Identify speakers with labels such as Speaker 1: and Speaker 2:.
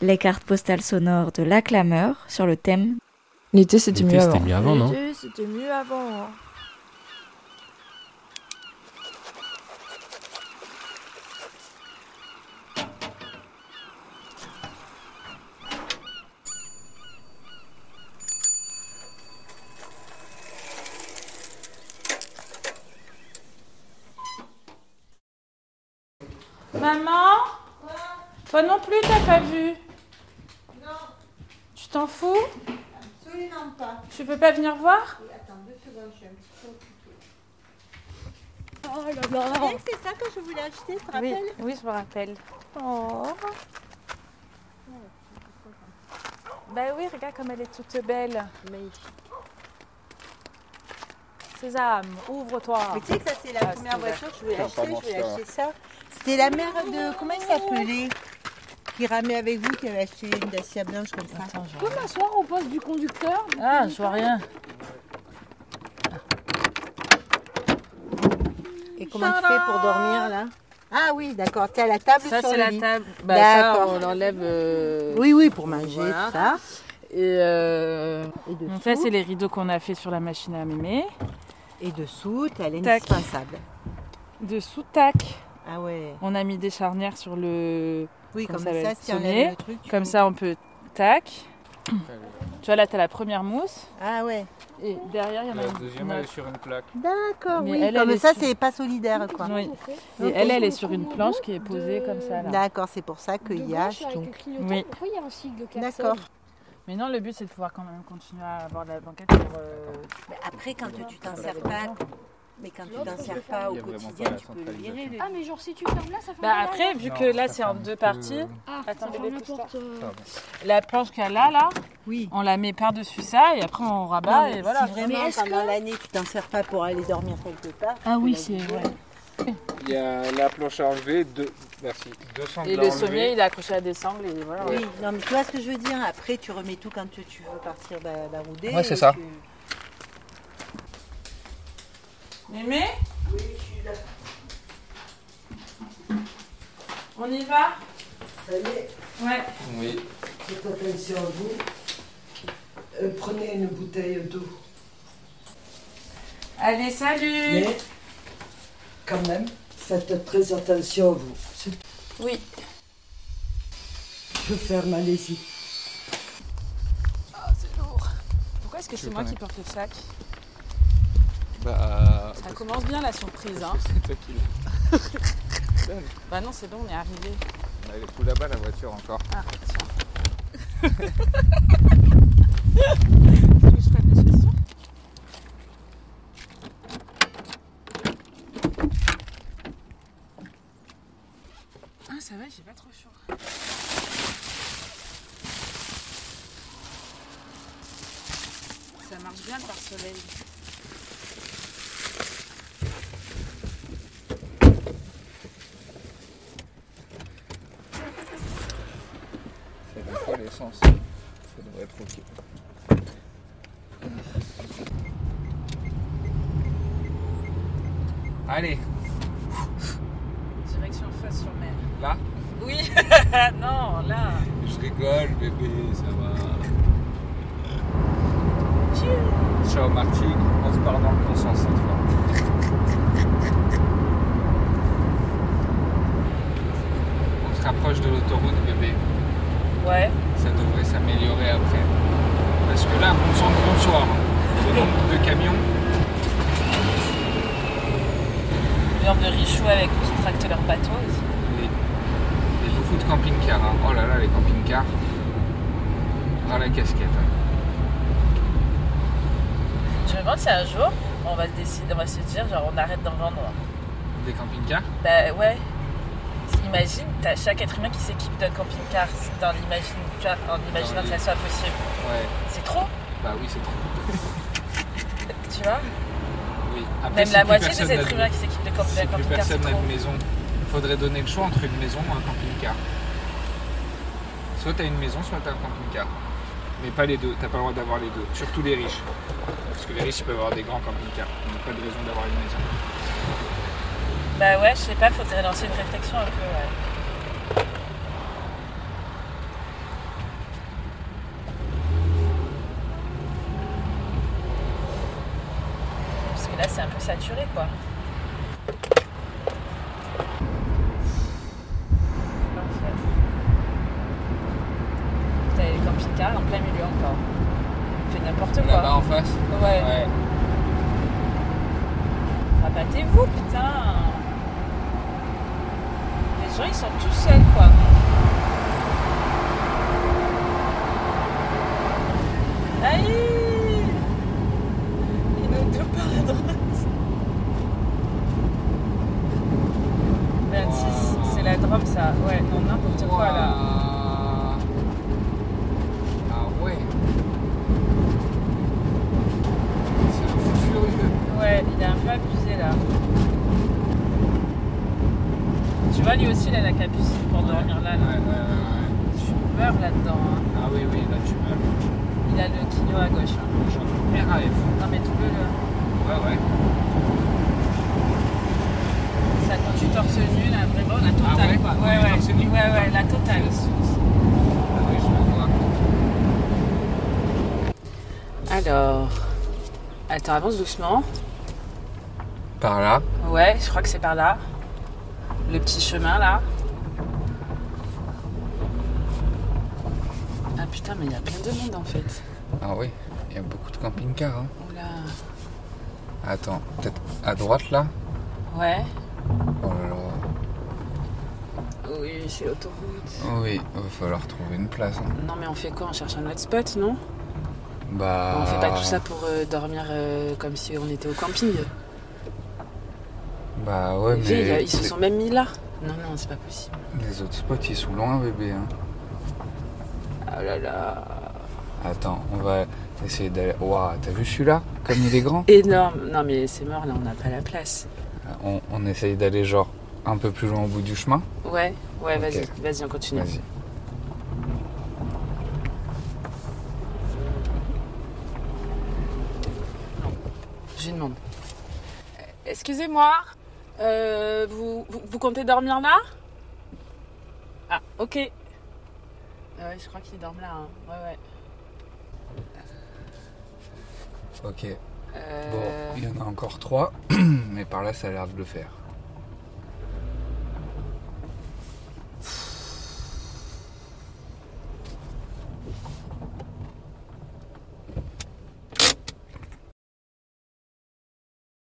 Speaker 1: les cartes postales sonores de La Clameur sur le thème
Speaker 2: L'été, c'était mieux
Speaker 3: L'été, c'était
Speaker 2: avant.
Speaker 3: mieux avant, non
Speaker 4: L'été, C'était mieux avant. Maman Toi non plus, t'as pas vu Non. Tu t'en fous
Speaker 5: Absolument pas.
Speaker 4: Tu peux pas venir voir
Speaker 5: Attends deux secondes, je suis un petit peu occupée.
Speaker 4: Oh là là
Speaker 5: Eh, C'est ça que je voulais acheter, tu te
Speaker 4: Oui,
Speaker 5: rappelles
Speaker 4: oui, je me rappelle. Oh. Bah oui, regarde comme elle est toute belle. Sésame, ouvre-toi.
Speaker 5: Mais tu sais que ça, c'est la
Speaker 4: Ah,
Speaker 5: première
Speaker 4: c'est ouvert.
Speaker 5: voiture que je voulais
Speaker 6: Ça,
Speaker 5: acheter.
Speaker 6: ça
Speaker 5: Je voulais
Speaker 6: marche, ça.
Speaker 5: acheter ça. C'était la mère de. Comment il s'appelait Qui ramait avec vous, qui avait acheté une Dacia blanche comme ça.
Speaker 7: Je peux m'asseoir au poste du conducteur
Speaker 2: Ah, je vois rien.
Speaker 5: Et comment tu fais pour dormir là Ah oui, d'accord. T'es à la table
Speaker 2: Ça,
Speaker 5: sur
Speaker 2: c'est
Speaker 5: le
Speaker 2: la
Speaker 5: lit.
Speaker 2: table. Bah, ça,
Speaker 5: D'accord.
Speaker 2: on l'enlève. euh,
Speaker 5: Oui, oui, pour manger,
Speaker 2: Voilà.
Speaker 5: tout ça.
Speaker 2: Et, euh,
Speaker 5: Et dessous,
Speaker 2: donc ça, c'est les rideaux qu'on a fait sur la machine à mémé.
Speaker 5: et dessous, t'as
Speaker 2: Tac.
Speaker 5: l'indispensable.
Speaker 2: Dessous, tac,
Speaker 5: Ah ouais.
Speaker 2: on a mis des charnières sur le...
Speaker 5: Oui,
Speaker 2: Comme
Speaker 5: comme,
Speaker 2: ça va
Speaker 5: ça,
Speaker 2: être
Speaker 5: si on enlève
Speaker 2: sonné,
Speaker 5: le truc. tu
Speaker 2: Comme
Speaker 5: mets-
Speaker 2: ça, on peut... Tac. Tu vois, là, t'as la première mousse.
Speaker 5: Ah ouais.
Speaker 2: Et derrière, il y en a
Speaker 6: La
Speaker 2: une...
Speaker 6: deuxième, elle est sur une plaque.
Speaker 5: D'accord,
Speaker 2: Mais
Speaker 5: oui.
Speaker 2: elle, elle
Speaker 5: comme
Speaker 2: est
Speaker 5: ça,
Speaker 2: sur-
Speaker 5: c'est pas solidaire quoi.
Speaker 2: Oui.
Speaker 7: Ok.
Speaker 2: Et elle, elle est sur une planche qui est posée comme ça, là.
Speaker 5: D'accord, c'est pour ça
Speaker 7: De
Speaker 5: qu'il y a.
Speaker 7: gauche avec
Speaker 5: donc.
Speaker 7: le clignotant.
Speaker 2: Oui.
Speaker 7: Pourquoi il y a un sigle klaxon
Speaker 5: D'accord.
Speaker 2: Mais non, le but, c'est de pouvoir quand même continuer à avoir de la banquette pour... euh,
Speaker 5: Mais Après, quand tu t'en sers pas, mais quand tu t'en sers pas
Speaker 6: Il y
Speaker 5: au
Speaker 6: a vraiment
Speaker 5: quotidien,
Speaker 6: pas la
Speaker 5: tu peux le virer. le-
Speaker 7: Ah, mais genre si tu fermes là, ça fait
Speaker 2: Bah
Speaker 7: un
Speaker 2: après, vu
Speaker 6: Non,
Speaker 2: que là,
Speaker 6: ça Euh,
Speaker 2: c'est en
Speaker 6: fait un
Speaker 2: deux
Speaker 6: peu-
Speaker 2: parties,
Speaker 7: Ah,
Speaker 2: Attends,
Speaker 7: ça
Speaker 2: mais le
Speaker 7: fait n'importe. euh,
Speaker 6: Pardon.
Speaker 2: la planche qu'il y a là, là,
Speaker 5: Oui.
Speaker 2: on la met par-dessus ça, et après, on rabat,
Speaker 5: Non, mais
Speaker 2: et Bah voilà.
Speaker 5: Si vraiment
Speaker 7: Mais est-ce
Speaker 5: pendant l'année tu t'en sers pas pour aller dormir quelque part.
Speaker 2: Ah oui,
Speaker 5: tu peux la
Speaker 2: c'est-
Speaker 5: virer.
Speaker 2: ouais.
Speaker 6: Il y a la planche à enlever, deux, merci, deux sangles
Speaker 2: Et
Speaker 6: à
Speaker 2: le
Speaker 6: enlever.
Speaker 2: sommier, il est accroché à des sangles, et voilà.
Speaker 5: Oui, non, mais tu vois ce que je veux dire. Après, tu remets tout quand tu, tu veux partir ba- barouder.
Speaker 6: Ouais, c'est
Speaker 5: et
Speaker 6: ça.
Speaker 5: tu-
Speaker 2: Mémé On y va
Speaker 8: Ça y est,
Speaker 2: Ouais.
Speaker 6: Oui.
Speaker 8: faites attention à vous. Euh, prenez une bouteille d'eau.
Speaker 2: Allez, salut
Speaker 8: Mais, quand même, faites très attention à vous. C'est tout.
Speaker 2: Oui.
Speaker 8: Je ferme, allez-y.
Speaker 2: Ah, c'est lourd. Pourquoi est-ce que c'est
Speaker 6: le
Speaker 2: moi
Speaker 6: connais.
Speaker 2: qui porte le sac
Speaker 6: Bah,
Speaker 2: Ça commence bien la surprise, hein.
Speaker 6: c'est toi qui l'as.
Speaker 2: Bah non, c'est bon, on est arrivé.
Speaker 6: Elle est tout là-bas, la voiture, encore.
Speaker 2: Ah, tiens. Tu veux que je prenne les chaussures Ah, ça va, j'ai pas trop chaud. Ça marche bien par soleil.
Speaker 6: C'est deux fois l'essence. Ça devrait être ok. Allez,
Speaker 2: Direction face sur mer.
Speaker 6: là,
Speaker 2: Oui Non, là
Speaker 6: je rigole, bébé, ça va. Ciao Martine, on se parle dans le bon sens cette fois. On se rapproche de l'autoroute, bébé.
Speaker 2: Ouais.
Speaker 6: ça devrait s'améliorer après. Parce que là, on sent le bonsoir. hein. Le nombre de camions.
Speaker 2: L'heure de Richou avec qui tractent leur bateau aussi.
Speaker 6: Et, et beaucoup de camping-cars. hein. Oh là là, les camping-cars. À la casquette. hein.
Speaker 2: Je me demande si un jour on va se décider, on va se dire genre on arrête d'en vendre.
Speaker 6: Des camping-cars
Speaker 2: Bah ouais. Imagine, t'as chaque être humain qui s'équipe d'un camping-car c'est dans l'imagine, tu vois, en imaginant que ça soit possible.
Speaker 6: Ouais.
Speaker 2: C'est trop,
Speaker 6: Bah oui, c'est trop.
Speaker 2: tu vois.
Speaker 6: Oui. Après,
Speaker 2: Même
Speaker 6: si
Speaker 2: la
Speaker 6: plus
Speaker 2: moitié
Speaker 6: personne
Speaker 2: des êtres
Speaker 6: n'a de-
Speaker 2: humains qui s'équipent de camp-
Speaker 6: si
Speaker 2: d'un
Speaker 6: plus
Speaker 2: camping-car, c'est
Speaker 6: personne n'a
Speaker 2: trop.
Speaker 6: de maison, faudrait donner le choix entre une maison ou un camping-car. Soit t'as une maison, soit t'as un camping-car. Mais pas les deux, t'as pas le droit d'avoir les deux. Surtout les riches. Parce que les riches ils peuvent avoir des grands camping-cars. On n'a pas de raison d'avoir une maison.
Speaker 2: Bah ouais, je sais pas, faudrait lancer une réflexion un peu. ouais. saturé quoi. L'enfer. T'as les camping-cars en plein milieu encore. Fait n'importe quoi.
Speaker 6: Là-bas en face
Speaker 2: Ouais.
Speaker 6: Ouais.
Speaker 2: Rabattez-vous, putain. Les gens, ils sont tout seuls, quoi. Aïe Ils nous deux par la droite. 26, c'est la drop, ça. Ouais, non, n'importe quoi, là.
Speaker 6: Ouah. Ah ouais. C'est un fou furieux.
Speaker 2: Ouais, il est un peu abusé, là. Tu vois, lui aussi, il a la capucine pour dormir là, là.
Speaker 6: Ouais, ouais, ouais,
Speaker 2: Tu meurs là-dedans, hein.
Speaker 6: ouais. Ah oui, oui, là tu meurs.
Speaker 2: Il a le kilo à gauche. hein.
Speaker 6: J'en ai un rêve.
Speaker 2: Non mais tout le, le-
Speaker 6: Ouais, ouais.
Speaker 2: ça conduit torse nu là, vraiment la totale
Speaker 6: Ah ouais
Speaker 2: quoi.
Speaker 6: Conduit
Speaker 2: Ouais ouais.
Speaker 6: torse nu
Speaker 2: ouais ouais, la totale.
Speaker 6: Ah oui, je le vois.
Speaker 2: Alors, attends, avance doucement.
Speaker 6: Par là.
Speaker 2: Ouais, je crois que c'est par là. Le petit chemin là. Ah putain, mais il y a plein de monde en fait.
Speaker 6: Ah oui, il y a beaucoup de camping-cars. hein.
Speaker 2: Oula.
Speaker 6: Attends, peut-être à droite là
Speaker 2: Ouais.
Speaker 6: Oh là là.
Speaker 2: Oui, c'est l'autoroute.
Speaker 6: Oui, il va falloir trouver une place. hein.
Speaker 2: Non mais on fait quoi On cherche un autre spot, non
Speaker 6: Bah.
Speaker 2: On fait pas tout ça pour euh, dormir euh, comme si on était au camping.
Speaker 6: Bah ouais,
Speaker 2: Tu sais, il y a-
Speaker 6: mais.
Speaker 2: euh, Ils se sont même mis là. Non, non, c'est pas possible.
Speaker 6: Les autres spots ils sont loin, bébé. hein.
Speaker 2: Ah là là.
Speaker 6: Attends, on va essayer d'aller. Waouh, t'as vu celui-là Comme il est grand
Speaker 2: Énorme. Non, mais c'est mort, là, on n'a pas la place.
Speaker 6: on, on essaye d'aller genre un peu plus loin au bout du chemin.
Speaker 2: Ouais, ouais,
Speaker 6: Ok.
Speaker 2: vas-y, vas-y, on continue.
Speaker 6: Vas-y.
Speaker 2: Je lui demande. Euh, Excusez-moi, euh, vous, vous, vous comptez dormir là Ah, ok. Ah Ouais, je crois qu'ils dorment là. hein. Ouais, ouais.
Speaker 6: Ok.
Speaker 2: Euh, Euh,
Speaker 6: Bon, il y en a encore trois, mais par là ça a l'air de le faire.